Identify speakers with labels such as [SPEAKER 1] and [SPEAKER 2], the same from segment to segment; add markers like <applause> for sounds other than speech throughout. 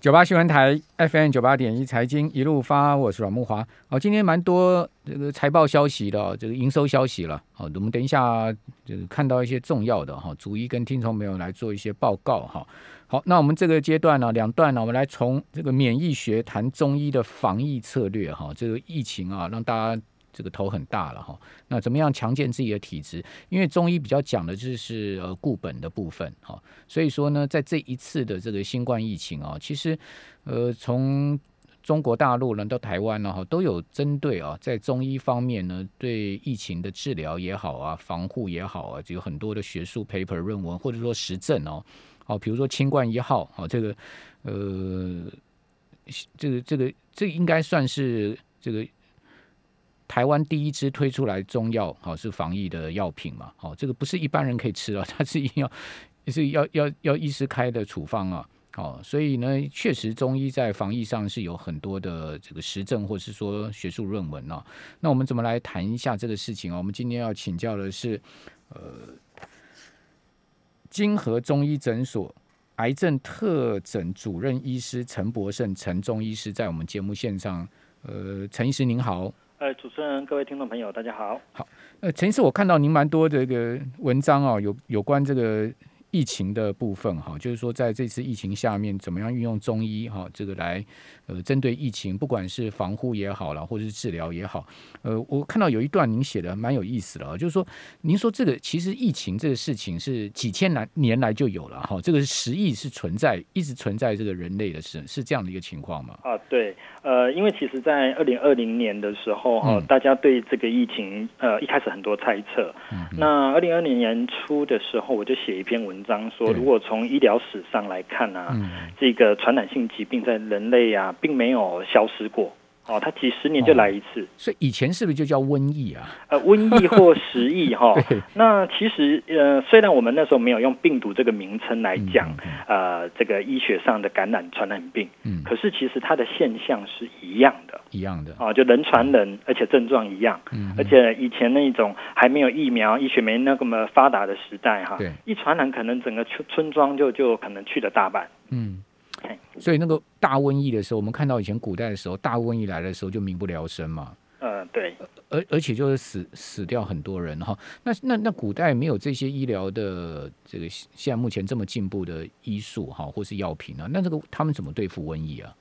[SPEAKER 1] 九八新闻台 FM 九八点一财经一路发，我是阮木华。哦，今天蛮多这个财报消息的、哦，这个营收消息了。好、我们等一下就是看到一些重要的哈、逐一跟听众朋友来做一些报告哈、好，那我们这个阶段呢、两段呢、我们来从这个免疫学谈中医的防疫策略哈、这个疫情啊，让大家这个头很大了哈、那怎么样强健自己的体质？因为中医比较讲的就是呃固本的部分哈、所以说呢，在这一次的这个新冠疫情啊，其实呃从中国大陆呢到台湾呢，哈，都有针对啊，在中医方面呢，对疫情的治疗也好啊，防护也好啊，就有很多的学术 paper 论文或者说实证哦，哦，比如说清冠一号，哦，这个呃，这个这个这应该算是这个台湾第一支推出来中药，好、是防疫的药品嘛，好、这个不是一般人可以吃啊，它是一定要是要要要医师开的处方啊。哦，所以呢，确实中医在防疫上是有很多的这个实证或是说学术论文啊。那我们怎么来谈一下这个事情啊？我们今天要请教的是，呃，金河中医诊所癌症特诊主任医师陈博胜陈中医师在我们节目线上。呃，陈医师您好，
[SPEAKER 2] 呃，主持人、各位听众朋友，大家好。
[SPEAKER 1] 呃，陈医师，我看到您蛮多这个文章哦，有有关这个疫情的部分哈、就是说在这次疫情下面，怎么样运用中医哈、这个来呃针对疫情，不管是防护也好啦，或者是治疗也好，呃，我看到有一段您写的蛮有意思的啊，就是说您说这个其实疫情这个事情是几千来年来就有了哈、这个实意是存在，一直存在这个人类的是是这样的一个情况吗？
[SPEAKER 2] 啊，对，呃，因为其实，在二零二零年的时候，哈、
[SPEAKER 1] 嗯
[SPEAKER 2] 大家对这个疫情，呃，一开始很多猜测。
[SPEAKER 1] 嗯
[SPEAKER 2] 那二零二零年初的时候，我就写一篇文章说，
[SPEAKER 1] 对
[SPEAKER 2] 如果从医疗史上来看啊，
[SPEAKER 1] 嗯，
[SPEAKER 2] 这个传染性疾病在人类啊，并没有消失过。哦，它几十年就来一次，
[SPEAKER 1] 所以以前是不是就叫瘟疫啊？
[SPEAKER 2] 呃，瘟疫或
[SPEAKER 1] <laughs>
[SPEAKER 2] 时疫哈
[SPEAKER 1] 对。
[SPEAKER 2] 那其实呃，虽然我们那时候没有用病毒这个名称来讲，
[SPEAKER 1] 嗯
[SPEAKER 2] 呃，这个医学上的感染传染病，
[SPEAKER 1] 嗯，
[SPEAKER 2] 可是其实它的现象是一样的
[SPEAKER 1] 一样的，
[SPEAKER 2] 啊，就人传人，而且症状一样，
[SPEAKER 1] 嗯，
[SPEAKER 2] 而且以前那种还没有疫苗、医学没那么发达的时代哈
[SPEAKER 1] 对，
[SPEAKER 2] 一传染可能整个村村庄就就可能去了大半。
[SPEAKER 1] 嗯
[SPEAKER 2] 嘿，
[SPEAKER 1] 所以那个大瘟疫的时候，我们看到以前古代的时候，大瘟疫来的时候就民不聊生嘛，
[SPEAKER 2] 呃，对，
[SPEAKER 1] 而而且就是死死掉很多人哈。那那那古代没有这些医疗的这个现现在目前这么进步的医术哈，或是药品啊，那这个他们怎么对付瘟疫啊？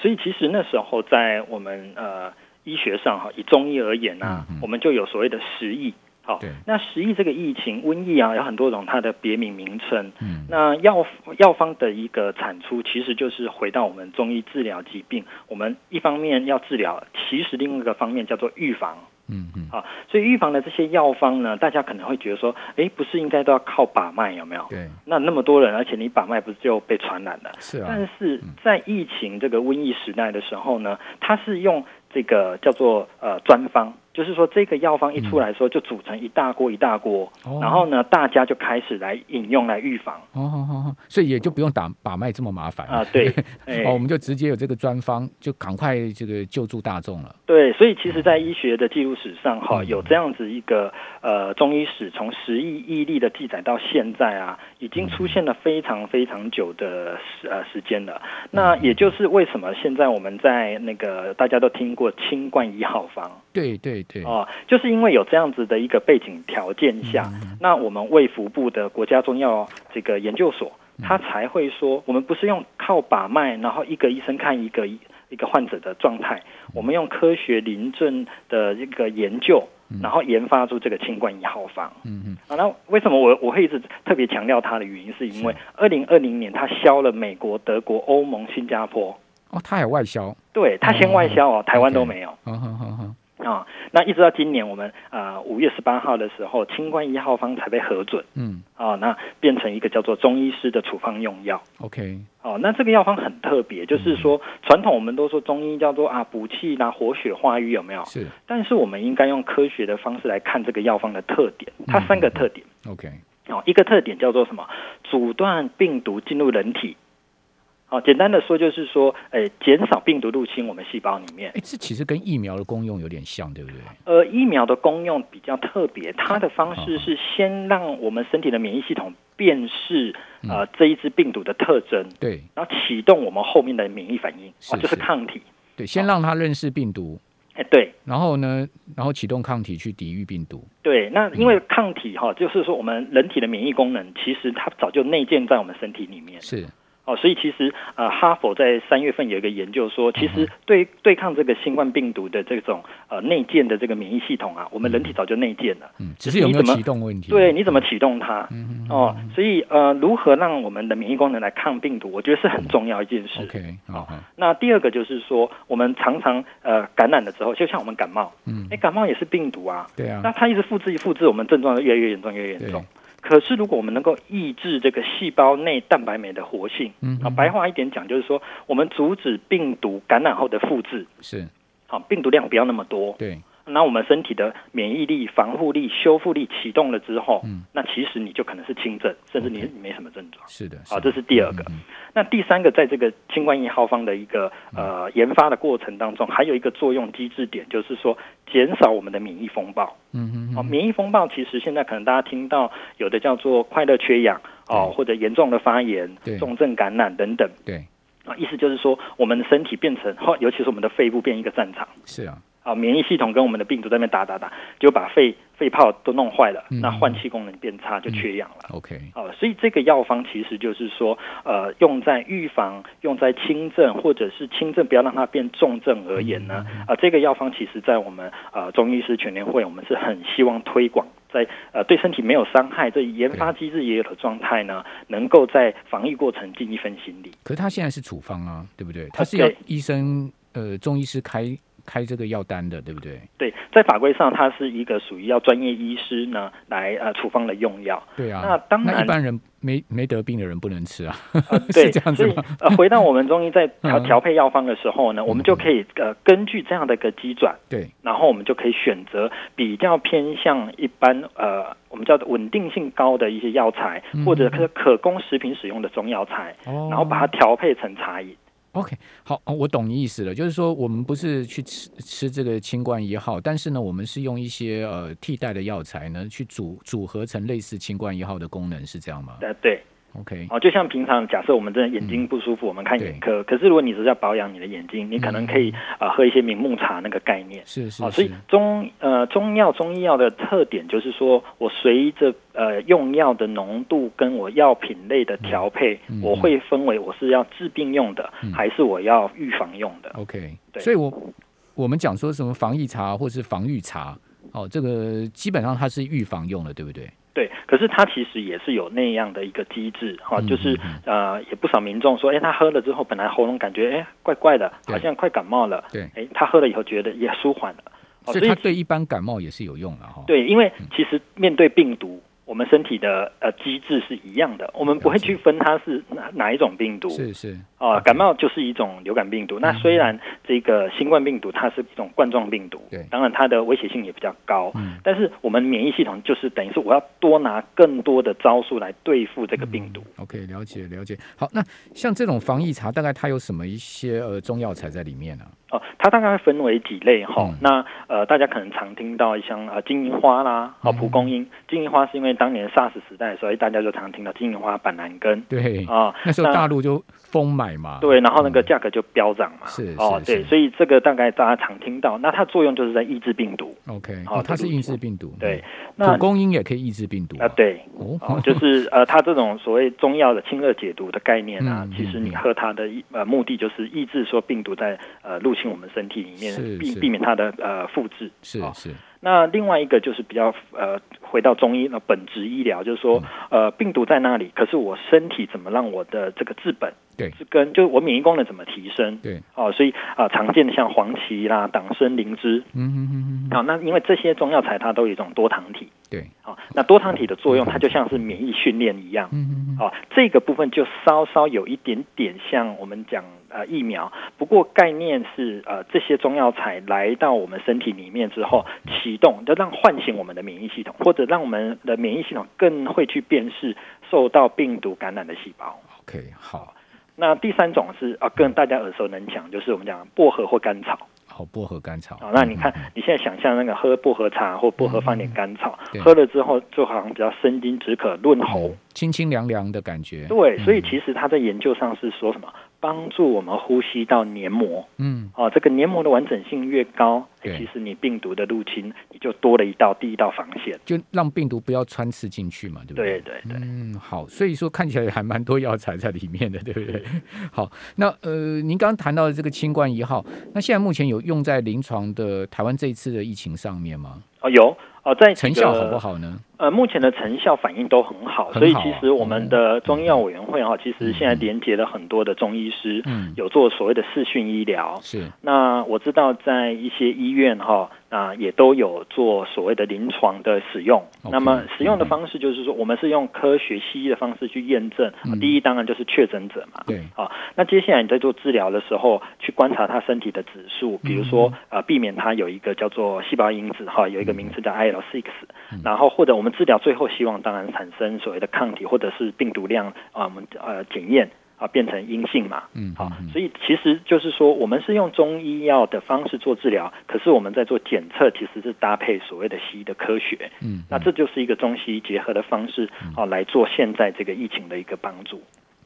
[SPEAKER 2] 所以其实那时候在我们呃医学上哈，以中医而言啊，
[SPEAKER 1] 嗯嗯
[SPEAKER 2] 我们就有所谓的时疫。好
[SPEAKER 1] 对，
[SPEAKER 2] 那时疫这个疫情、瘟疫啊，有很多种它的别名名称。
[SPEAKER 1] 嗯
[SPEAKER 2] 那药药方的一个产出，其实就是回到我们中医治疗疾病。我们一方面要治疗，其实另外一个方面叫做预防
[SPEAKER 1] 嗯嗯，
[SPEAKER 2] 啊。所以预防的这些药方呢，大家可能会觉得说，诶，不是应该都要靠把脉有没有？
[SPEAKER 1] 对，
[SPEAKER 2] 那那么多人，而且你把脉不是就被传染了？
[SPEAKER 1] 是啊，
[SPEAKER 2] 但是在疫情这个瘟疫时代的时候呢，它是用这个叫做呃专方，就是说这个药方一出来的时候，就组成一大锅一大锅，
[SPEAKER 1] 哦
[SPEAKER 2] 然后呢，大家就开始来引用来预防
[SPEAKER 1] 哦好好好，所以也就不用打把脉这么麻烦
[SPEAKER 2] 啊、
[SPEAKER 1] <laughs>
[SPEAKER 2] 对，哎、
[SPEAKER 1] 哦，我们就直接有这个专方，就赶快这个救助大众了。
[SPEAKER 2] 对，所以其实，在医学的记录史上，哈，
[SPEAKER 1] 嗯
[SPEAKER 2] 有这样子一个呃中医史从十亿医例的记载到现在啊，已经出现了非常非常久的时呃时间了。
[SPEAKER 1] 嗯
[SPEAKER 2] 那也就是为什么现在我们在那个大家都听过清冠一号方。
[SPEAKER 1] 对对对，
[SPEAKER 2] 哦，就是因为有这样子的一个背景条件下，那我们卫福部的国家中药这个研究所，他才会说，我们不是用靠把脉，然后一个医生看一个一个患者的状态，我们用科学临证的这个研究。然后研发出这个清冠一号方
[SPEAKER 1] 嗯嗯。
[SPEAKER 2] 啊，那为什么我我会一直特别强调它的原因，是因为二零二零年它销了美国、德国、欧盟、新加坡，
[SPEAKER 1] 哦，它有外销，
[SPEAKER 2] 对它先外销哦，台湾都没有。
[SPEAKER 1] 好好好好，
[SPEAKER 2] 啊、那一直到今年我们呃五月十八号的时候，清冠一号方才被核准
[SPEAKER 1] 嗯
[SPEAKER 2] 啊、那变成一个叫做中医师的处方用药。
[SPEAKER 1] ，OK，
[SPEAKER 2] 哦，那这个药方很特别，就是说传统我们都说中医叫做啊补气啦、活血化瘀有没有？
[SPEAKER 1] 是
[SPEAKER 2] 但是我们应该用科学的方式来看这个药方的特点，它三个特点
[SPEAKER 1] OK，
[SPEAKER 2] 哦，一个特点叫做什么？阻断病毒进入人体。哦，简单的说就是说，诶，减少病毒入侵我们细胞里面。
[SPEAKER 1] 哎，这其实跟疫苗的功用有点像，对不对？
[SPEAKER 2] 呃，疫苗的功用比较特别，它的方式是先让我们身体的免疫系统辨识呃这一支病毒的特征，
[SPEAKER 1] 对
[SPEAKER 2] 然后启动我们后面的免疫反应，
[SPEAKER 1] 是
[SPEAKER 2] 哦，就是是抗体。
[SPEAKER 1] 对，先让他认识病毒，
[SPEAKER 2] 哎，对，
[SPEAKER 1] 然后呢，然后启动抗体去抵御病毒。
[SPEAKER 2] 对，那因为抗体哈、就是说我们人体的免疫功能，其实它早就内建在我们身体里面
[SPEAKER 1] 是，
[SPEAKER 2] 哦，所以其实呃，哈佛在三月份有一个研究说，其实对对抗这个新冠病毒的这种呃内建的这个免疫系统啊，我们人体早就内建了，
[SPEAKER 1] 嗯，只是有没有
[SPEAKER 2] 你怎么
[SPEAKER 1] 启动问题？
[SPEAKER 2] 对，，你怎么启动它？
[SPEAKER 1] 嗯
[SPEAKER 2] 哦，所以呃，如何让我们的免疫功能来抗病毒，我觉得是很重要一件事。
[SPEAKER 1] ，OK，好好，
[SPEAKER 2] 那第二个就是说，我们常常呃感染了之后，就像我们感冒，
[SPEAKER 1] 嗯
[SPEAKER 2] 哎，感冒也是病毒啊，
[SPEAKER 1] 对啊
[SPEAKER 2] 那，它一直复制一复制，我们症状就越来越严重，越来越严重
[SPEAKER 1] 对。
[SPEAKER 2] 可是如果我们能够抑制这个细胞内蛋白酶的活性，
[SPEAKER 1] 嗯
[SPEAKER 2] 啊，
[SPEAKER 1] 哼
[SPEAKER 2] 白话一点讲就是说，我们阻止病毒感染后的复制，
[SPEAKER 1] 是，
[SPEAKER 2] 好、病毒量不要那么多，
[SPEAKER 1] 对，
[SPEAKER 2] 那我们身体的免疫力、防护力、修复力启动了之后，
[SPEAKER 1] 嗯
[SPEAKER 2] 那其实你就可能是轻症，甚至你你没什么症状。
[SPEAKER 1] 是的，
[SPEAKER 2] 好、
[SPEAKER 1] 的
[SPEAKER 2] 这是第二个。
[SPEAKER 1] 嗯
[SPEAKER 2] 那第三个，在这个新冠一号方的一个呃研发的过程当中，还有一个作用机制点，就是说减少我们的免疫风暴。
[SPEAKER 1] 嗯
[SPEAKER 2] 哦，
[SPEAKER 1] 嗯，
[SPEAKER 2] 免疫风暴其实现在可能大家听到有的叫做快乐缺氧哦，
[SPEAKER 1] 对
[SPEAKER 2] 或者严重的发炎
[SPEAKER 1] 对、
[SPEAKER 2] 重症感染等等
[SPEAKER 1] 对，
[SPEAKER 2] 啊，意思就是说我们的身体变成，哦尤其是我们的肺部变一个战场
[SPEAKER 1] 是啊，
[SPEAKER 2] 啊，免疫系统跟我们的病毒在那边打打打，就把肺肺泡都弄坏了，
[SPEAKER 1] 嗯
[SPEAKER 2] 那换气功能变差，就缺氧了。
[SPEAKER 1] OK，
[SPEAKER 2] 哦，所以这个药方其实就是说，呃，用在预防、用在轻症或者是轻症不要让它变重症而言呢，啊、这个药方其实在我们呃中医师全联会，我们是很希望推广。在呃对身体没有伤害，这研发机制也有的状态呢，能够在防疫过程尽一份心力。
[SPEAKER 1] 可是他现在是处方啊，对不对？他
[SPEAKER 2] 啊
[SPEAKER 1] 是要
[SPEAKER 2] 对
[SPEAKER 1] 医生呃中医师开开这个药单的，对不对？
[SPEAKER 2] 对，在法规上，它是一个属于要专业医师呢来呃处方的用药。
[SPEAKER 1] 对啊，
[SPEAKER 2] 那当然
[SPEAKER 1] 一般人没没得病的人不能吃啊， <laughs>
[SPEAKER 2] 呃
[SPEAKER 1] 是
[SPEAKER 2] 对，
[SPEAKER 1] 这样子
[SPEAKER 2] 所以
[SPEAKER 1] 吗
[SPEAKER 2] 呃，回到我们中医在调
[SPEAKER 1] 嗯
[SPEAKER 2] 调配药方的时候呢，我们就可以呃根据这样的一个机转，
[SPEAKER 1] 对，
[SPEAKER 2] 然后我们就可以选择比较偏向一般呃我们叫做稳定性高的一些药材
[SPEAKER 1] 嗯，
[SPEAKER 2] 或者可可供食品使用的中药材，
[SPEAKER 1] 哦，
[SPEAKER 2] 然后把它调配成茶饮。
[SPEAKER 1] OK，好、哦我懂你意思了，就是说我们不是去吃吃这个清冠一号，但是呢，我们是用一些呃替代的药材呢，去组组合成类似清冠一号的功能，是这样吗
[SPEAKER 2] 呃，对，
[SPEAKER 1] ？OK，
[SPEAKER 2] 哦，就像平常假设我们真的眼
[SPEAKER 1] 嗯
[SPEAKER 2] 睛不舒服，我们看眼科，可是如果你只是要保养你的眼睛，你可能可以
[SPEAKER 1] 嗯
[SPEAKER 2] 呃喝一些明目茶那个概念。
[SPEAKER 1] 是是
[SPEAKER 2] 哦，所以
[SPEAKER 1] 是，
[SPEAKER 2] 中呃中药中医药的特点就是说，我随着呃用药的浓度跟我药品类的调配，
[SPEAKER 1] 嗯嗯嗯
[SPEAKER 2] 我会分为我是要治病用的，还是我要预防用的。
[SPEAKER 1] OK，
[SPEAKER 2] 对
[SPEAKER 1] 所以我我们讲说什么防疫茶或是防御茶，哦，这个基本上它是预防用的，对不对？
[SPEAKER 2] 对，可是它其实也是有那样的一个机制哈、
[SPEAKER 1] 嗯
[SPEAKER 2] 就是
[SPEAKER 1] 嗯
[SPEAKER 2] 呃也不少民众说，哎，他喝了之后本来喉咙感觉哎怪怪的，
[SPEAKER 1] 对
[SPEAKER 2] 好像快感冒了，
[SPEAKER 1] 对，
[SPEAKER 2] 哎，他喝了以后觉得也舒缓了。哦
[SPEAKER 1] 所以它对一般感冒也是有用的哈、
[SPEAKER 2] 对，因为
[SPEAKER 1] 嗯
[SPEAKER 2] 其实面对病毒，我们身体的呃机制是一样的，我们不会去分它是哪哪一种病毒。
[SPEAKER 1] 是嗯是
[SPEAKER 2] 啊、感冒就是一种流感病毒。那虽然这个新冠病毒它是一种冠状病毒，
[SPEAKER 1] 对
[SPEAKER 2] 当然它的威胁性也比较高。
[SPEAKER 1] 嗯
[SPEAKER 2] 但是我们免疫系统就是等于是我要多拿更多的招数来对付这个病毒。
[SPEAKER 1] ，OK，了解了解。好，那像这种防疫茶，大概它有什么一些呃中药材在里面呢、
[SPEAKER 2] 哦，它大概分为几类哈、
[SPEAKER 1] 嗯
[SPEAKER 2] 那呃，大家可能常听到像呃金银花啦，哦蒲公
[SPEAKER 1] 嗯
[SPEAKER 2] 英。金银花是因为当年 SARS 时代，所以大家就常听到金银花、板蓝根
[SPEAKER 1] 对，
[SPEAKER 2] 啊、
[SPEAKER 1] 那时候
[SPEAKER 2] 那
[SPEAKER 1] 大陆就疯买嘛，
[SPEAKER 2] 对，然后那个价格就飙涨嘛。
[SPEAKER 1] 是
[SPEAKER 2] 哦，
[SPEAKER 1] 是
[SPEAKER 2] 对，
[SPEAKER 1] 是
[SPEAKER 2] 所以这个大概大家常听到。那它作用就是在抑制病毒。
[SPEAKER 1] ，OK，
[SPEAKER 2] 好
[SPEAKER 1] 哦，它是
[SPEAKER 2] 对
[SPEAKER 1] 抑制病毒，
[SPEAKER 2] 对，
[SPEAKER 1] 嗯，
[SPEAKER 2] 那
[SPEAKER 1] 蒲公英也可以抑制病毒
[SPEAKER 2] 啊，对，
[SPEAKER 1] 哦
[SPEAKER 2] 哦，就是呃，它这种所谓中药的清热解毒的概念啊，
[SPEAKER 1] 嗯
[SPEAKER 2] 其实
[SPEAKER 1] 嗯
[SPEAKER 2] 你
[SPEAKER 1] 嗯
[SPEAKER 2] 喝它的一呃目的就是抑制说病毒在呃入侵我们身体里
[SPEAKER 1] 是
[SPEAKER 2] 面，避
[SPEAKER 1] 是
[SPEAKER 2] 避免它的呃复制。
[SPEAKER 1] 是
[SPEAKER 2] 哦
[SPEAKER 1] 是，
[SPEAKER 2] 那另外一个就是比较呃，回到中医的本质医疗，就是
[SPEAKER 1] 嗯
[SPEAKER 2] 说呃，病毒在那里，可是我身体怎么让我的这个治本？
[SPEAKER 1] 对
[SPEAKER 2] 治根就是我免疫功能怎么提升？
[SPEAKER 1] 对，
[SPEAKER 2] 哦，所以啊、呃常见的像黄芪啦、党参、灵芝，
[SPEAKER 1] 嗯哼哼哼哼，
[SPEAKER 2] 啊、那因为这些中药材它都有一种多糖体，
[SPEAKER 1] 对，
[SPEAKER 2] 啊、那多糖体的作用，它就像是免疫训练一样，
[SPEAKER 1] 嗯哼哼，
[SPEAKER 2] 哦，这个部分就稍稍有一点点像我们讲呃疫苗，不过概念是呃这些中药材来到我们身体里面之后，启动就让唤醒我们的免疫系统，或者让我们的免疫系统更会去辨识受到病毒感染的细胞。
[SPEAKER 1] OK，好。
[SPEAKER 2] 那第三种是啊，更大家耳熟能详，就是我们讲薄荷或甘草。
[SPEAKER 1] 好，薄荷甘草。
[SPEAKER 2] 好，哦那你看，
[SPEAKER 1] 嗯
[SPEAKER 2] 你现在想象那个喝薄荷茶或薄荷放点甘草，
[SPEAKER 1] 对
[SPEAKER 2] 喝了之后就好像比较生津止渴、润喉。
[SPEAKER 1] 清清凉凉的感觉。
[SPEAKER 2] 对，所以
[SPEAKER 1] 嗯
[SPEAKER 2] 其实他在研究上是说什么，帮助我们呼吸道黏膜。
[SPEAKER 1] 嗯
[SPEAKER 2] 哦，这个黏膜的完整性越高，
[SPEAKER 1] 对
[SPEAKER 2] 哎其实你病毒的入侵你就多了一道第一道防线。
[SPEAKER 1] 就让病毒不要穿刺进去嘛，对不
[SPEAKER 2] 对
[SPEAKER 1] 对？
[SPEAKER 2] 对对，
[SPEAKER 1] 嗯，好，所以说看起来还蛮多药材在里面的，对不对？ <laughs> 好，那呃，您刚刚谈到的这个清冠一号，那现在目前有用在临床的台湾这一次的疫情上面吗？
[SPEAKER 2] 哦有哦，在、
[SPEAKER 1] 成效好不？好呢？
[SPEAKER 2] 呃，目前的成效反应都很好，
[SPEAKER 1] 很
[SPEAKER 2] 所以
[SPEAKER 1] 好啊
[SPEAKER 2] 其实我们的中医药委员会哈、其实现在连接了很多的中医师，
[SPEAKER 1] 嗯，
[SPEAKER 2] 有做所谓的视讯医疗。
[SPEAKER 1] 是，
[SPEAKER 2] 那我知道在一些医院哈、啊、也都有做所谓的临床的使用。
[SPEAKER 1] OK，
[SPEAKER 2] 那么使用的
[SPEAKER 1] 嗯
[SPEAKER 2] 方式就是说，我们是用科学西医的方式去验证。啊
[SPEAKER 1] 嗯
[SPEAKER 2] 第一，当然就是确诊者嘛。
[SPEAKER 1] 对，
[SPEAKER 2] 那接下来你在做治疗的时候，去观察他身体的指数，
[SPEAKER 1] 嗯
[SPEAKER 2] 比如说呃，避免他有一个叫做细胞因子哈，有一个名词叫 IL six，然
[SPEAKER 1] 嗯
[SPEAKER 2] 后或者我们治疗最后希望当然产生所谓的抗体或者是病毒量啊，我们呃检验啊变成阴性嘛。
[SPEAKER 1] 嗯，
[SPEAKER 2] 好
[SPEAKER 1] 嗯，嗯
[SPEAKER 2] 所以其实就是说，我们是用中医药的方式做治疗，可是我们在做检测，其实是搭配所谓的西医的科学。
[SPEAKER 1] 嗯，
[SPEAKER 2] 那这就是一个中西医结合的方式，啊，来做现在这个疫情的一个帮助。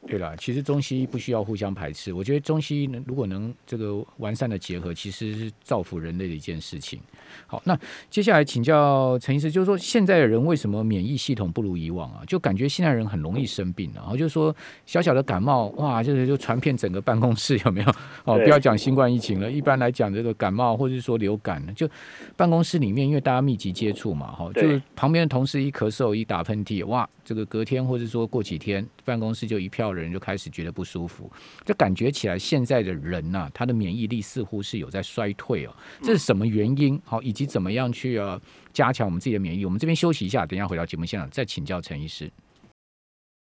[SPEAKER 1] 对了，其实中西医不需要互相排斥，我觉得中西医能如果能这个完善的结合，其实是造福人类的一件事情。好，那接下来请教陈医师，就是说现在的人为什么免疫系统不如以往啊？就感觉现在人很容易生病、啊，然后就说小小的感冒，哇，就是就传遍整个办公室，有没有？哦，
[SPEAKER 2] 对
[SPEAKER 1] 不要讲新冠疫情了，一般来讲这个感冒或者是说流感，就办公室里面，因为大家密集接触嘛，哈，就
[SPEAKER 2] 对
[SPEAKER 1] 是旁边的同事一咳嗽一打喷嚏，哇，这个隔天或者说过几天，办公室就一票人就开始觉得不舒服，就感觉起来现在的人呐、他的免疫力似乎是有在衰退哦，这是什么原因？好，以及怎么样去呃加强我们自己的免疫力？我们这边休息一下，等一下回到节目现场再请教陈医师。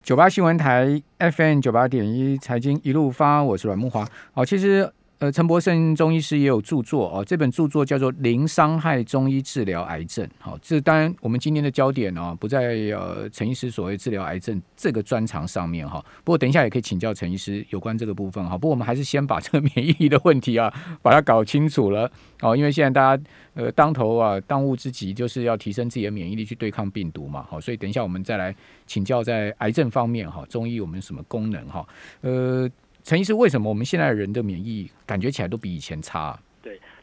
[SPEAKER 1] 九八新闻台 FM 九八点一财经一路发，我是阮木华。好，其实呃，陈伯胜中医师也有著作哦，这本著作叫做《零伤害中医治疗癌症》。好、这当然我们今天的焦点啊、不在呃陈医师所谓治疗癌症这个专长上面哈、不过等一下也可以请教陈医师有关这个部分哈、不过我们还是先把这个免 <laughs> 疫力的问题啊，把它搞清楚了哦，因为现在大家呃当头啊当务之急就是要提升自己的免疫力去对抗病毒嘛。好、所以等一下我们再来请教在癌症方面哈、中医我们什么功能哈、呃，陈医师，为什么我们现在人的免疫感觉起来都比以前差啊、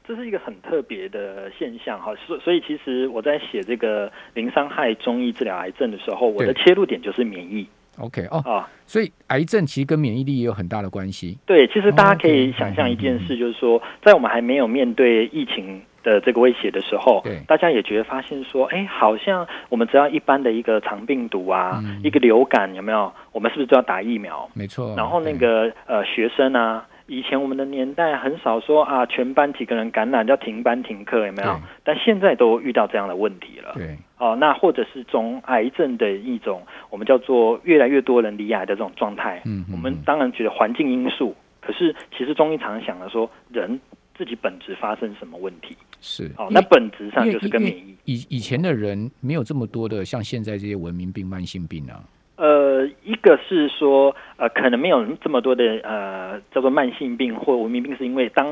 [SPEAKER 2] 这是一个很特别的现象哈，所所以其实我在写这个零伤害中医治疗癌症的时候，我的
[SPEAKER 1] 对
[SPEAKER 2] 切入点就是免疫
[SPEAKER 1] OK 哦，
[SPEAKER 2] 啊。
[SPEAKER 1] 所以癌症其实跟免疫力也有很大的关系。
[SPEAKER 2] 对，其实大家可
[SPEAKER 1] 哦
[SPEAKER 2] 以
[SPEAKER 1] ，OK，
[SPEAKER 2] 想象一件事，就是说，在我们还没有面对疫情。的这个威胁的时候
[SPEAKER 1] 对，
[SPEAKER 2] 大家也觉得发现说，哎，好像我们只要一般的一个肠病毒啊，
[SPEAKER 1] 嗯
[SPEAKER 2] 一个流感有没有？我们是不是就要打疫苗？
[SPEAKER 1] 没错。啊
[SPEAKER 2] 然后那
[SPEAKER 1] 哦对
[SPEAKER 2] 个呃学生啊，以前我们的年代很少说啊，全班几个人感染要停班停课，有没有
[SPEAKER 1] 对？
[SPEAKER 2] 但现在都遇到这样的问题了。
[SPEAKER 1] 对
[SPEAKER 2] 哦，那或者是从癌症的一种，我们叫做越来越多人罹癌的这种状态，
[SPEAKER 1] 嗯嗯
[SPEAKER 2] 我们当然觉得环境因素，可是其实中医常想的说人。自己本质发生什么问题？
[SPEAKER 1] 是
[SPEAKER 2] 哦，
[SPEAKER 1] 因
[SPEAKER 2] 那
[SPEAKER 1] 为
[SPEAKER 2] 本质上就是跟
[SPEAKER 1] 因为
[SPEAKER 2] 免疫。
[SPEAKER 1] 以以前的人没有这么多的像现在这些文明病、慢性病啊。
[SPEAKER 2] 呃，一个是说，呃，可能没有这么多的呃，叫做慢性病或文明病，是因为当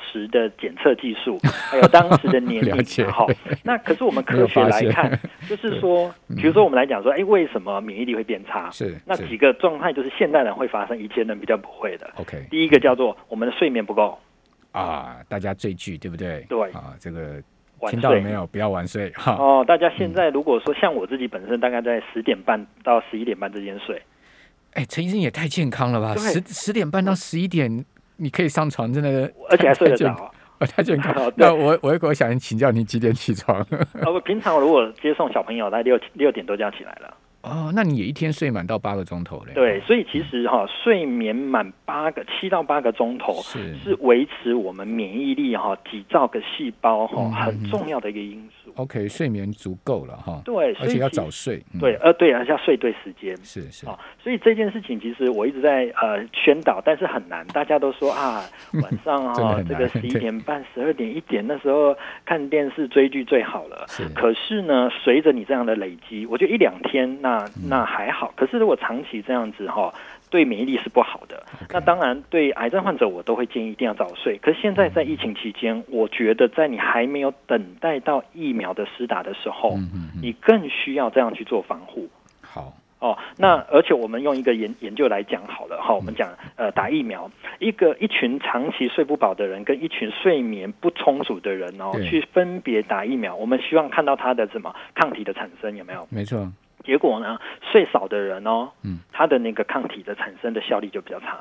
[SPEAKER 2] 时的检测技
[SPEAKER 1] <laughs>
[SPEAKER 2] 术，还有当时的年
[SPEAKER 1] 了
[SPEAKER 2] 龄
[SPEAKER 1] 解，
[SPEAKER 2] 好。那可是我们
[SPEAKER 1] 没有
[SPEAKER 2] 科学
[SPEAKER 1] 发
[SPEAKER 2] 来
[SPEAKER 1] 现
[SPEAKER 2] 看，就是说，比如说我们来讲说，哎，为什么免疫力会变差？
[SPEAKER 1] 是
[SPEAKER 2] 那
[SPEAKER 1] 是
[SPEAKER 2] 几个状态就是现代人会发生，以前人比较不会的。
[SPEAKER 1] OK
[SPEAKER 2] 第一个叫做我们的睡眠不够，
[SPEAKER 1] 啊，大家最聚对不对？
[SPEAKER 2] 对
[SPEAKER 1] 啊，这个
[SPEAKER 2] 晚
[SPEAKER 1] 听到了
[SPEAKER 2] 睡
[SPEAKER 1] 没有？不要晚睡哈。
[SPEAKER 2] 哦，大家现在如果说像我自己本身，大概在十点半到十一点半之间睡，
[SPEAKER 1] 哎，陈医生也太健康了吧？
[SPEAKER 2] 对
[SPEAKER 1] 十十点半到十一点，你可以上床，真的，
[SPEAKER 2] 而且还睡得
[SPEAKER 1] 太 <laughs> 健
[SPEAKER 2] 着。
[SPEAKER 1] 哦太健康
[SPEAKER 2] 哦。对
[SPEAKER 1] 那我我我想请教你几点起床？ <laughs>
[SPEAKER 2] 呃，我平常如果接送小朋友，大概六六点多就要起来了。
[SPEAKER 1] 哦，那你也一天睡满到八个钟头嘞？
[SPEAKER 2] 对，，所以其实哈、睡眠满八个七到八个钟头
[SPEAKER 1] 是
[SPEAKER 2] 是维持我们免疫力哈、几兆个细胞哈、
[SPEAKER 1] 嗯
[SPEAKER 2] 很重要的一个因素。
[SPEAKER 1] OK，睡眠足够了哈，
[SPEAKER 2] 对，所
[SPEAKER 1] 而
[SPEAKER 2] 以
[SPEAKER 1] 且要
[SPEAKER 2] 其
[SPEAKER 1] 早睡。嗯
[SPEAKER 2] 对，，呃，对，而且要睡对时间。
[SPEAKER 1] 是是
[SPEAKER 2] 啊、，所以这件事情其实我一直在呃宣导，但是很难。大家都
[SPEAKER 1] <laughs>
[SPEAKER 2] 说啊，晚上
[SPEAKER 1] 真的
[SPEAKER 2] 哈、
[SPEAKER 1] 很
[SPEAKER 2] 这
[SPEAKER 1] 难
[SPEAKER 2] 个十一
[SPEAKER 1] <laughs> 对
[SPEAKER 2] 点半、十二点、一点那时候看电视追剧最好了。
[SPEAKER 1] 是
[SPEAKER 2] 可是呢，
[SPEAKER 1] 嗯
[SPEAKER 2] 随着你这样的累积，我觉得一两天那那还好。可是如果长期这样子哈，对免疫力是不好的。
[SPEAKER 1] OK
[SPEAKER 2] 那当然，对癌症患者，我都会建议一定要早睡。可是现在在疫情期
[SPEAKER 1] 嗯
[SPEAKER 2] 间，我觉得在你还没有等待到疫苗的施打的时候，
[SPEAKER 1] 嗯嗯嗯，
[SPEAKER 2] 你更需要这样去做防护。
[SPEAKER 1] 好，
[SPEAKER 2] 哦，那而且我们用一个研研究来讲好了哈、我们
[SPEAKER 1] 嗯
[SPEAKER 2] 讲呃打疫苗，一个一群长期睡不饱的人跟一群睡眠不充足的人哦，
[SPEAKER 1] 对
[SPEAKER 2] 去分别打疫苗，我们希望看到他的什么抗体的产生有没有？
[SPEAKER 1] 没错，
[SPEAKER 2] 结果呢，睡少的人哦，
[SPEAKER 1] 嗯，
[SPEAKER 2] 他的那个抗体的产生的效力就比较差，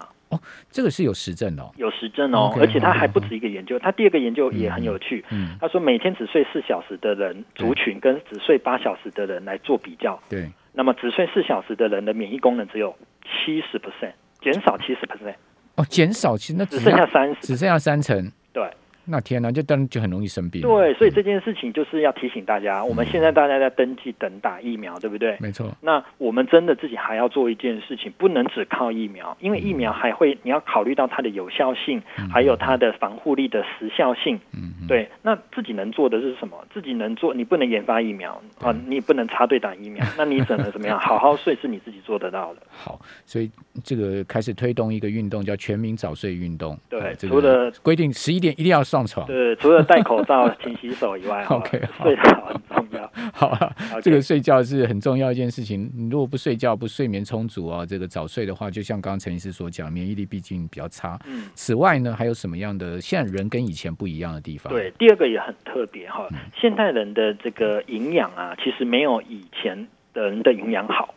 [SPEAKER 1] 这个是有实证的哦。
[SPEAKER 2] 有实证哦
[SPEAKER 1] OK，
[SPEAKER 2] 而且他
[SPEAKER 1] 好好
[SPEAKER 2] 还不止一个研究，他第二个研究也很有趣，
[SPEAKER 1] 嗯，
[SPEAKER 2] 他说每天只睡四小时的人
[SPEAKER 1] 对
[SPEAKER 2] 族群跟只睡八小时的人来做比较，
[SPEAKER 1] 对，
[SPEAKER 2] 那么只睡四小时的人的免疫功能只有七十 percent，减少七十 percent，
[SPEAKER 1] 哦，减少其实那
[SPEAKER 2] 只
[SPEAKER 1] 只
[SPEAKER 2] 剩下
[SPEAKER 1] 剩
[SPEAKER 2] 三十。
[SPEAKER 1] 只剩下三成。
[SPEAKER 2] 对
[SPEAKER 1] 那天啊哪，就当然就很容易生病。，
[SPEAKER 2] 对，所以这件事情就是要提醒大家，我们现在大家在登记等打疫苗，对不对？
[SPEAKER 1] 嗯没错，
[SPEAKER 2] 那我们真的自己还要做一件事情，不能只靠疫苗，因为疫苗还会你要考虑到它的有效性，还有它的防护力的时效性。
[SPEAKER 1] 嗯，嗯，
[SPEAKER 2] 对，那自己能做的是什么？自己能做，你不能研发疫苗啊，
[SPEAKER 1] 嗯
[SPEAKER 2] 你不能插队打疫苗，那你只能
[SPEAKER 1] <laughs>
[SPEAKER 2] 怎么样？好好睡是你自己做得到的。
[SPEAKER 1] 好，所以这个开始推动一个运动叫全民早睡运动。
[SPEAKER 2] 对
[SPEAKER 1] 哦这
[SPEAKER 2] 除
[SPEAKER 1] 个
[SPEAKER 2] 了
[SPEAKER 1] 规定十一点一定要上床。
[SPEAKER 2] 对，呃除了戴
[SPEAKER 1] <laughs>
[SPEAKER 2] 口罩、勤洗手以外
[SPEAKER 1] OK，
[SPEAKER 2] 哦
[SPEAKER 1] 好嗯
[SPEAKER 2] 睡好很重要。
[SPEAKER 1] <laughs> 好了
[SPEAKER 2] OK
[SPEAKER 1] 这个睡觉是很重要一件事情。你如果不睡觉、不睡眠充足啊，这个早睡的话，就像刚刚陈医师所讲，免疫力毕竟比较差。
[SPEAKER 2] 嗯，
[SPEAKER 1] 此外呢，还有什么样的现在人跟以前不一样的地方？
[SPEAKER 2] <laughs> 对，，第二个也很特别哈、
[SPEAKER 1] 嗯
[SPEAKER 2] 现代人的这个营养啊，其实没有以前人的营养好。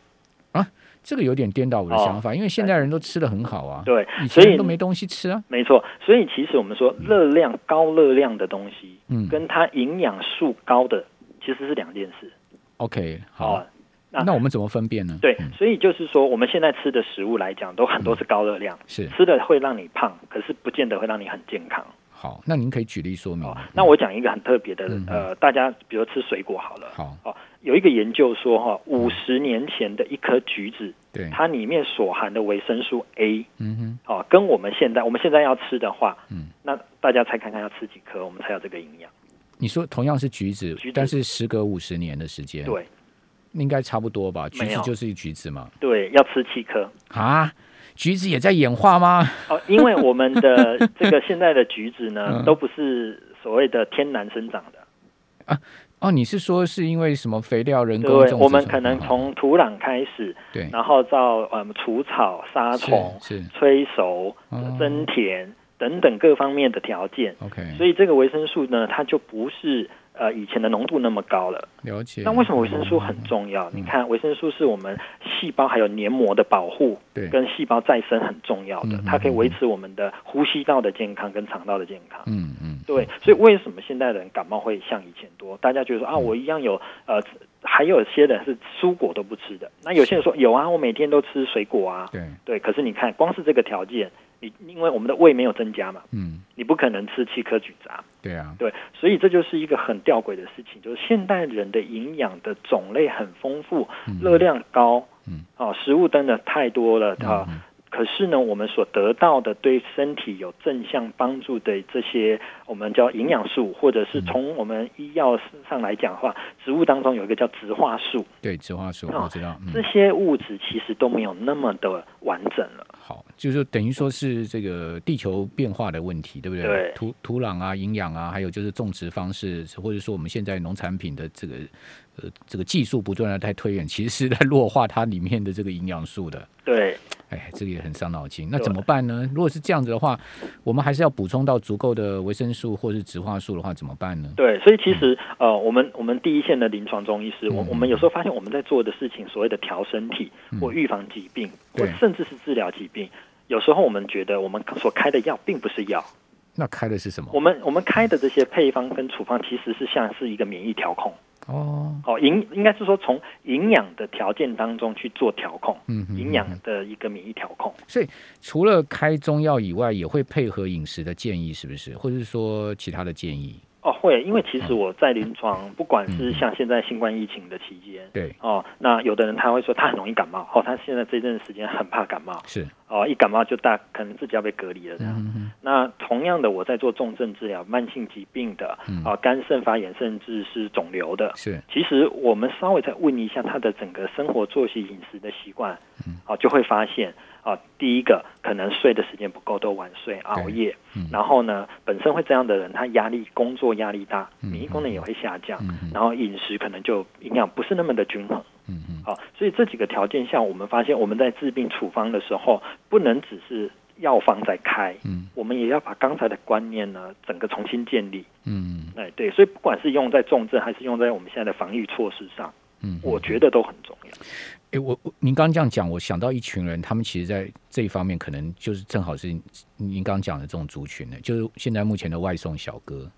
[SPEAKER 1] 这个有点颠倒我的想法，因为现代人都吃的很好啊，
[SPEAKER 2] 哦对，
[SPEAKER 1] 以
[SPEAKER 2] 所
[SPEAKER 1] 前
[SPEAKER 2] 以
[SPEAKER 1] 人都没东西吃啊。
[SPEAKER 2] 没错，所以其实我们说热量高热量的东西，
[SPEAKER 1] 嗯
[SPEAKER 2] 跟它营养素高的其实是两件事。
[SPEAKER 1] ，OK，好
[SPEAKER 2] 哦，，那
[SPEAKER 1] 那我们怎么分辨呢？
[SPEAKER 2] 对
[SPEAKER 1] 嗯，
[SPEAKER 2] 所以就是说，我们现在吃的食物来讲，都很多是高热量，
[SPEAKER 1] 是
[SPEAKER 2] 吃的会让你胖，可是不见得会让你很健康。
[SPEAKER 1] 好，那您可以举例说明
[SPEAKER 2] 哦
[SPEAKER 1] 吗。，
[SPEAKER 2] 那我讲一个很特别的
[SPEAKER 1] 嗯，
[SPEAKER 2] 呃，大家比如吃水果好了，
[SPEAKER 1] 好，
[SPEAKER 2] 哦，有一个研究说哈，五十年前的一颗橘子，
[SPEAKER 1] 对，
[SPEAKER 2] 它里面所含的维生素 A，
[SPEAKER 1] 哎嗯哼，
[SPEAKER 2] 哦，跟我们现在我们现在要吃的话，
[SPEAKER 1] 嗯，
[SPEAKER 2] 那大家猜看看要吃几颗，我们才有这个营养。
[SPEAKER 1] 你说同样是橘子，
[SPEAKER 2] 橘子
[SPEAKER 1] 但是时隔五十年的时间，，
[SPEAKER 2] 对
[SPEAKER 1] 应该差不多吧？橘
[SPEAKER 2] 没
[SPEAKER 1] 子
[SPEAKER 2] 有
[SPEAKER 1] 就是橘子嘛，
[SPEAKER 2] 对，要吃七颗
[SPEAKER 1] 啊，橘子也在演化吗？
[SPEAKER 2] 哦，因为我们
[SPEAKER 1] <laughs>
[SPEAKER 2] 的这个现在的橘子呢
[SPEAKER 1] 嗯，
[SPEAKER 2] 都不是所谓的天然生长的，
[SPEAKER 1] 哦，你是说是因为什么肥料、人工种植
[SPEAKER 2] 对，
[SPEAKER 1] 什么的？
[SPEAKER 2] 我们可能
[SPEAKER 1] 哈
[SPEAKER 2] 从土壤开始，
[SPEAKER 1] 对
[SPEAKER 2] 然后到嗯除草、杀虫，
[SPEAKER 1] 是是
[SPEAKER 2] 催熟
[SPEAKER 1] 哦、
[SPEAKER 2] 增甜等等各方面的条件，
[SPEAKER 1] OK，
[SPEAKER 2] 所以这个维生素呢，它就不是呃以前的浓度那么高了。
[SPEAKER 1] 了解。
[SPEAKER 2] 那为什么维生素很重要？
[SPEAKER 1] 嗯
[SPEAKER 2] 你看，维生素是我们细胞还有黏膜的保护，
[SPEAKER 1] 对
[SPEAKER 2] 跟细胞再生很重要的
[SPEAKER 1] 嗯，
[SPEAKER 2] 它可以维持我们的呼吸道的健康跟肠道的健康。
[SPEAKER 1] 嗯嗯，
[SPEAKER 2] 对，所以为什么现代人感冒会像以前多？大家觉得说啊，
[SPEAKER 1] 嗯
[SPEAKER 2] 我一样有呃，还有些人是蔬果都不吃的。那有些人说有啊，我每天都吃水果啊，
[SPEAKER 1] 对，
[SPEAKER 2] 对，可是你看，光是这个条件，你因为我们的胃没有增加嘛，
[SPEAKER 1] 嗯，
[SPEAKER 2] 你不可能吃七颗橘子啊，
[SPEAKER 1] 对啊，
[SPEAKER 2] 对，所以这就是一个很吊诡的事情，就是现代人的营养的种类很丰富，热量高，
[SPEAKER 1] 嗯，
[SPEAKER 2] 啊，食物真的太多了啊。
[SPEAKER 1] 嗯
[SPEAKER 2] 可是呢，我们所得到的对身体有正向帮助的这些，我们叫营养素，或者
[SPEAKER 1] 嗯
[SPEAKER 2] 是从我们医药上来讲的话，植物当中有一个叫植化素，
[SPEAKER 1] 对，植化素
[SPEAKER 2] 哦
[SPEAKER 1] 我知道，
[SPEAKER 2] 这
[SPEAKER 1] 嗯，
[SPEAKER 2] 些物质其实都没有那么的完整了。
[SPEAKER 1] 好，就是说等于说是这个地球变化的问题，对不对？
[SPEAKER 2] 对
[SPEAKER 1] 土土壤啊、营养啊，还有就是种植方式，或者说我们现在农产品的这个呃这个技术不断的在推演，其实是在弱化它里面的这个营养素的。
[SPEAKER 2] 对，
[SPEAKER 1] 哎，这个也很伤脑筋。那
[SPEAKER 2] 对
[SPEAKER 1] 怎么办呢？如果是这样子的话，我们还是要补充到足够的维生素或是植化素的话，怎么办呢？
[SPEAKER 2] 对，所以其实呃，我们我们第一线的临床中医师，我
[SPEAKER 1] 嗯
[SPEAKER 2] 我们有时候发现我们在做的事情，所谓的调身体或预防疾病，
[SPEAKER 1] 对
[SPEAKER 2] 或甚至是治疗疾病，有时候我们觉得我们所开的药并不是药，
[SPEAKER 1] 那开的是什么？
[SPEAKER 2] 我们我们开的这些配方跟处方其实是像是一个免疫调控，
[SPEAKER 1] 哦，
[SPEAKER 2] 哦，营应该是说从营养的条件当中去做调控，
[SPEAKER 1] 嗯哼，嗯
[SPEAKER 2] 营养的一个免疫调控。
[SPEAKER 1] 所以除了开中药以外，也会配合饮食的建议，是不是？或者是说其他的建议？
[SPEAKER 2] 哦，会，因为其实我在临床，不管
[SPEAKER 1] 嗯
[SPEAKER 2] 是像现在新冠疫情的期间，
[SPEAKER 1] 对，
[SPEAKER 2] 哦，那有的人他会说他很容易感冒，哦，他现在这段时间很怕感冒，
[SPEAKER 1] 是
[SPEAKER 2] 哦、一感冒就大，可能自己要被隔离了这样。
[SPEAKER 1] 嗯嗯
[SPEAKER 2] 那同样的，我在做重症治疗、慢性疾病的
[SPEAKER 1] 嗯
[SPEAKER 2] 啊、肝肾发炎甚至是肿瘤的，
[SPEAKER 1] 是
[SPEAKER 2] 其实我们稍微再问一下他的整个生活作息、饮食的习惯，
[SPEAKER 1] 嗯
[SPEAKER 2] 啊，就会发现啊，第一个可能睡的时间不够，都晚睡、熬夜
[SPEAKER 1] 嗯，
[SPEAKER 2] 然后呢，本身会这样的人，他压力、工作压力大，
[SPEAKER 1] 嗯
[SPEAKER 2] 免疫功能也会下降
[SPEAKER 1] 嗯嗯，
[SPEAKER 2] 然后饮食可能就营养不是那么的均衡。
[SPEAKER 1] 嗯嗯
[SPEAKER 2] 好，所以这几个条件下，我们发现我们在治病处方的时候，不能只是药方在开，
[SPEAKER 1] 嗯
[SPEAKER 2] 我们也要把刚才的观念呢，整个重新建立。
[SPEAKER 1] 嗯
[SPEAKER 2] 哎，对，所以不管是用在重症，还是用在我们现在的防疫措施上，
[SPEAKER 1] 嗯，
[SPEAKER 2] 我觉得都很重要。
[SPEAKER 1] 诶，我我您刚刚这样讲，我想到一群人，他们其实在这一方面可能就是正好是您刚刚讲的这种族群呢，就是现在目前的外送小哥，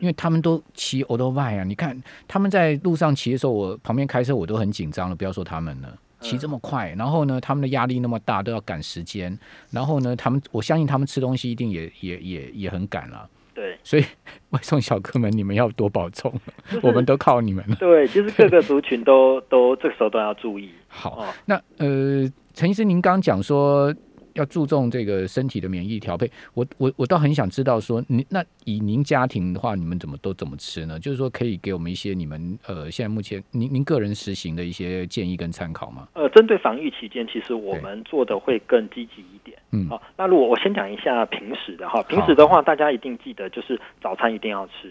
[SPEAKER 1] 因为他们都骑 o l d b i 啊，你看他们在路上骑的时候，我旁边开车我都很紧张了，不要说他们了。骑这么快，然后呢，他们的压力那么大，都要赶时间，然后呢，他们我相信他们吃东西一定也也也也很赶了，
[SPEAKER 2] 对，
[SPEAKER 1] 所以 <laughs> 外送小哥们，你们要多保重，
[SPEAKER 2] 就是
[SPEAKER 1] 我们都靠你们了。
[SPEAKER 2] 对，其实各个族群都都这个时候都要注意。
[SPEAKER 1] 好，
[SPEAKER 2] 哦
[SPEAKER 1] 那呃，陈医师，您刚刚讲说要注重这个身体的免疫调配，我我我倒很想知道说，您那以您家庭的话，你们怎么都怎么吃呢？就是说，可以给我们一些你们呃现在目前您您个人实行的一些建议跟参考吗？
[SPEAKER 2] 呃，针对防疫期间，其实我们做的会更积极一点。
[SPEAKER 1] 嗯
[SPEAKER 2] 好、那如果我先讲一下平时的哈，平时的话，大家一定记得就是早餐一定要吃。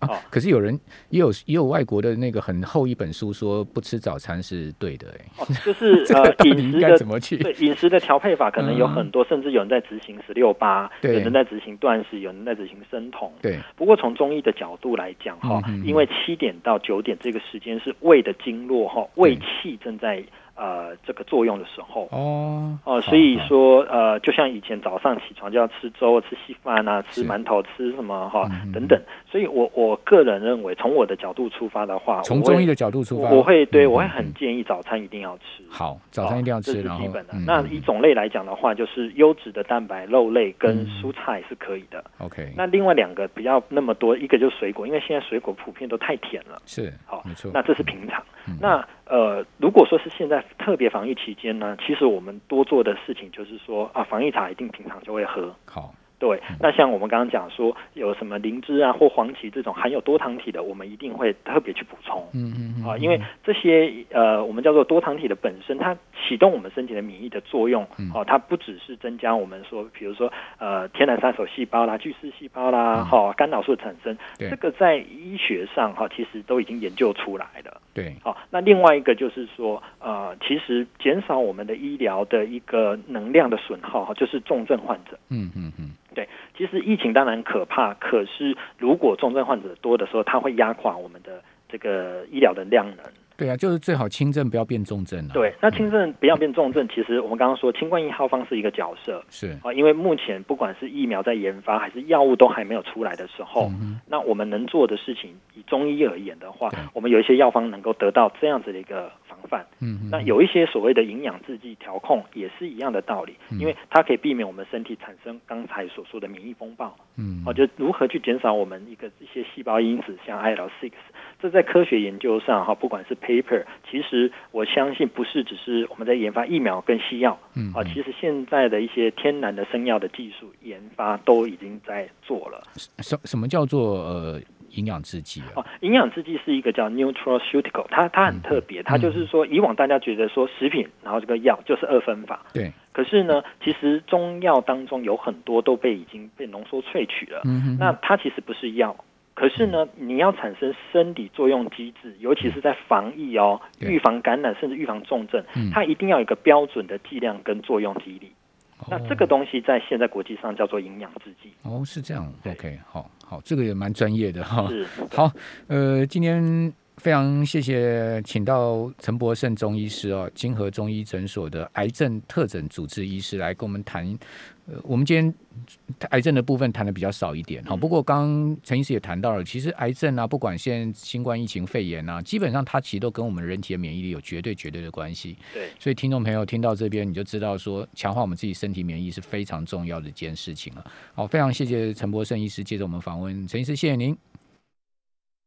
[SPEAKER 1] 啊
[SPEAKER 2] 哦，
[SPEAKER 1] 可是有人也有也有外国的那个很厚一本书说不吃早餐是对的、哎，
[SPEAKER 2] 哦，就是
[SPEAKER 1] <laughs> 这个
[SPEAKER 2] 呃
[SPEAKER 1] 到底
[SPEAKER 2] 饮
[SPEAKER 1] 应
[SPEAKER 2] 食
[SPEAKER 1] 该
[SPEAKER 2] 的
[SPEAKER 1] 怎么去？
[SPEAKER 2] 对饮食的调配法可能有很多，甚至有人在执行十六八，有
[SPEAKER 1] 嗯对
[SPEAKER 2] 人在执行断食，有人在执行生酮。
[SPEAKER 1] 对，
[SPEAKER 2] 不过从中医的角度来讲哈，
[SPEAKER 1] 嗯嗯嗯
[SPEAKER 2] 因为七点到九点这个时间是胃的经络哈，胃气正在呃这个作用的时候。
[SPEAKER 1] 哦，
[SPEAKER 2] 哦、
[SPEAKER 1] 好
[SPEAKER 2] 所以
[SPEAKER 1] 好
[SPEAKER 2] 说，呃，就像以前早上起床就要吃粥、吃稀饭啊、吃
[SPEAKER 1] 是
[SPEAKER 2] 馒头、吃什么哈、
[SPEAKER 1] 嗯嗯嗯
[SPEAKER 2] 等等。所以我我个人认为，从我的角度出发的话，
[SPEAKER 1] 从
[SPEAKER 2] 我会
[SPEAKER 1] 中医的角度出发，
[SPEAKER 2] 我我会对
[SPEAKER 1] 嗯
[SPEAKER 2] 我会
[SPEAKER 1] 嗯
[SPEAKER 2] 很
[SPEAKER 1] 嗯
[SPEAKER 2] 建议早餐一定要吃。
[SPEAKER 1] 好，早餐一定要
[SPEAKER 2] 哦这
[SPEAKER 1] 吃，
[SPEAKER 2] 是
[SPEAKER 1] 然后
[SPEAKER 2] 基本的
[SPEAKER 1] 嗯。
[SPEAKER 2] 那
[SPEAKER 1] 嗯
[SPEAKER 2] 以种类来讲的话，就是优质的蛋白、肉类
[SPEAKER 1] 嗯
[SPEAKER 2] 跟蔬菜是可以的。
[SPEAKER 1] OK，
[SPEAKER 2] 那另外两个不要那么多，一个就是水果，因为现在水果普遍都太甜了。
[SPEAKER 1] 是
[SPEAKER 2] 好
[SPEAKER 1] 没错，
[SPEAKER 2] 那这是平常。
[SPEAKER 1] 嗯
[SPEAKER 2] 那呃，如果说是现在特别防疫期间呢，其实我们多做的事情就是说啊，防疫茶一定平常就会喝。
[SPEAKER 1] 好，
[SPEAKER 2] 对，
[SPEAKER 1] 嗯
[SPEAKER 2] 那像我们刚刚讲说有什么灵芝啊或黄芪这种含有多糖体的，我们一定会特别去补充。
[SPEAKER 1] 嗯嗯嗯
[SPEAKER 2] 啊，因为这些呃，我们叫做多糖体的本身，它启动我们身体的免疫的作用
[SPEAKER 1] 嗯，
[SPEAKER 2] 哦、它不只是增加我们说，比如说呃，天然杀手细胞啦、巨噬细胞啦，哈、干扰素的产生，
[SPEAKER 1] 嗯对
[SPEAKER 2] 这个在医学上哈、其实都已经研究出来了。
[SPEAKER 1] 对，
[SPEAKER 2] 好、那另外一个就是说，呃，其实减少我们的医疗的一个能量的损耗，哈，就是重症患者。
[SPEAKER 1] 嗯嗯嗯，
[SPEAKER 2] 对，其实疫情当然可怕，可是如果重症患者多的时候，它会压垮我们的这个医疗的量能。
[SPEAKER 1] 对啊，就是最好轻症不要变重症啊。
[SPEAKER 2] 对，那轻症不要变重症，其实我们刚刚说清冠一号方是一个角色
[SPEAKER 1] 是，
[SPEAKER 2] 啊，因为目前不管是疫苗在研发，还是药物都还没有出来的时候，
[SPEAKER 1] 嗯
[SPEAKER 2] 那我们能做的事情，以中医而言的话
[SPEAKER 1] 对，
[SPEAKER 2] 我们有一些药方能够得到这样子的一个防范。
[SPEAKER 1] 嗯嗯，
[SPEAKER 2] 那有一些所谓的营养制剂调控也是一样的道理，
[SPEAKER 1] 嗯
[SPEAKER 2] 因为它可以避免我们身体产生刚才所说的免疫风暴。
[SPEAKER 1] 嗯
[SPEAKER 2] 哦，就如何去减少我们一个一些细胞因子，像 IL six，这在科学研究上哈，不管是 paper，其实我相信不是只是我们在研发疫苗跟西药，
[SPEAKER 1] 嗯
[SPEAKER 2] 啊，其实现在的一些天然的生药的技术研发都已经在做了。
[SPEAKER 1] 什什么叫做呃营养制剂啊？
[SPEAKER 2] 哦，营养制剂是一个叫 nutraceutical，它它很特别，它就是说以往大家觉得说食品，然后这个药就是二分法，
[SPEAKER 1] 对，
[SPEAKER 2] 可是呢，其实中药当中有很多都被已经被浓缩萃取了。
[SPEAKER 1] 嗯
[SPEAKER 2] 那它其实不是药，可是呢，你要产生生理作用机制，尤其是在防疫哦，
[SPEAKER 1] 对
[SPEAKER 2] 预防感染甚至预防重症
[SPEAKER 1] 嗯，
[SPEAKER 2] 它一定要有一个标准的剂量跟作用机理。那这个东西在现在国际上叫做营养制剂，
[SPEAKER 1] 哦是这样
[SPEAKER 2] 对
[SPEAKER 1] ，OK，好好，这个也蛮专业的哈。
[SPEAKER 2] 是
[SPEAKER 1] 好，呃，今天非常谢谢请到陈博胜中医师哦，金河中医诊所的癌症特诊主治医师来跟我们谈。呃，我们今天癌症的部分谈的比较少一点，好，不过刚刚陈医师也谈到了，其实癌症啊，不管现在新冠疫情肺炎啊，基本上它其实都跟我们人体的免疫力有绝对绝对的关系。
[SPEAKER 2] 对，
[SPEAKER 1] 所以听众朋友听到这边，你就知道说，强化我们自己身体免疫啊是非常重要的一件事情了。好，非常谢谢陈博胜医师接着我们访问，陈医师，谢谢您，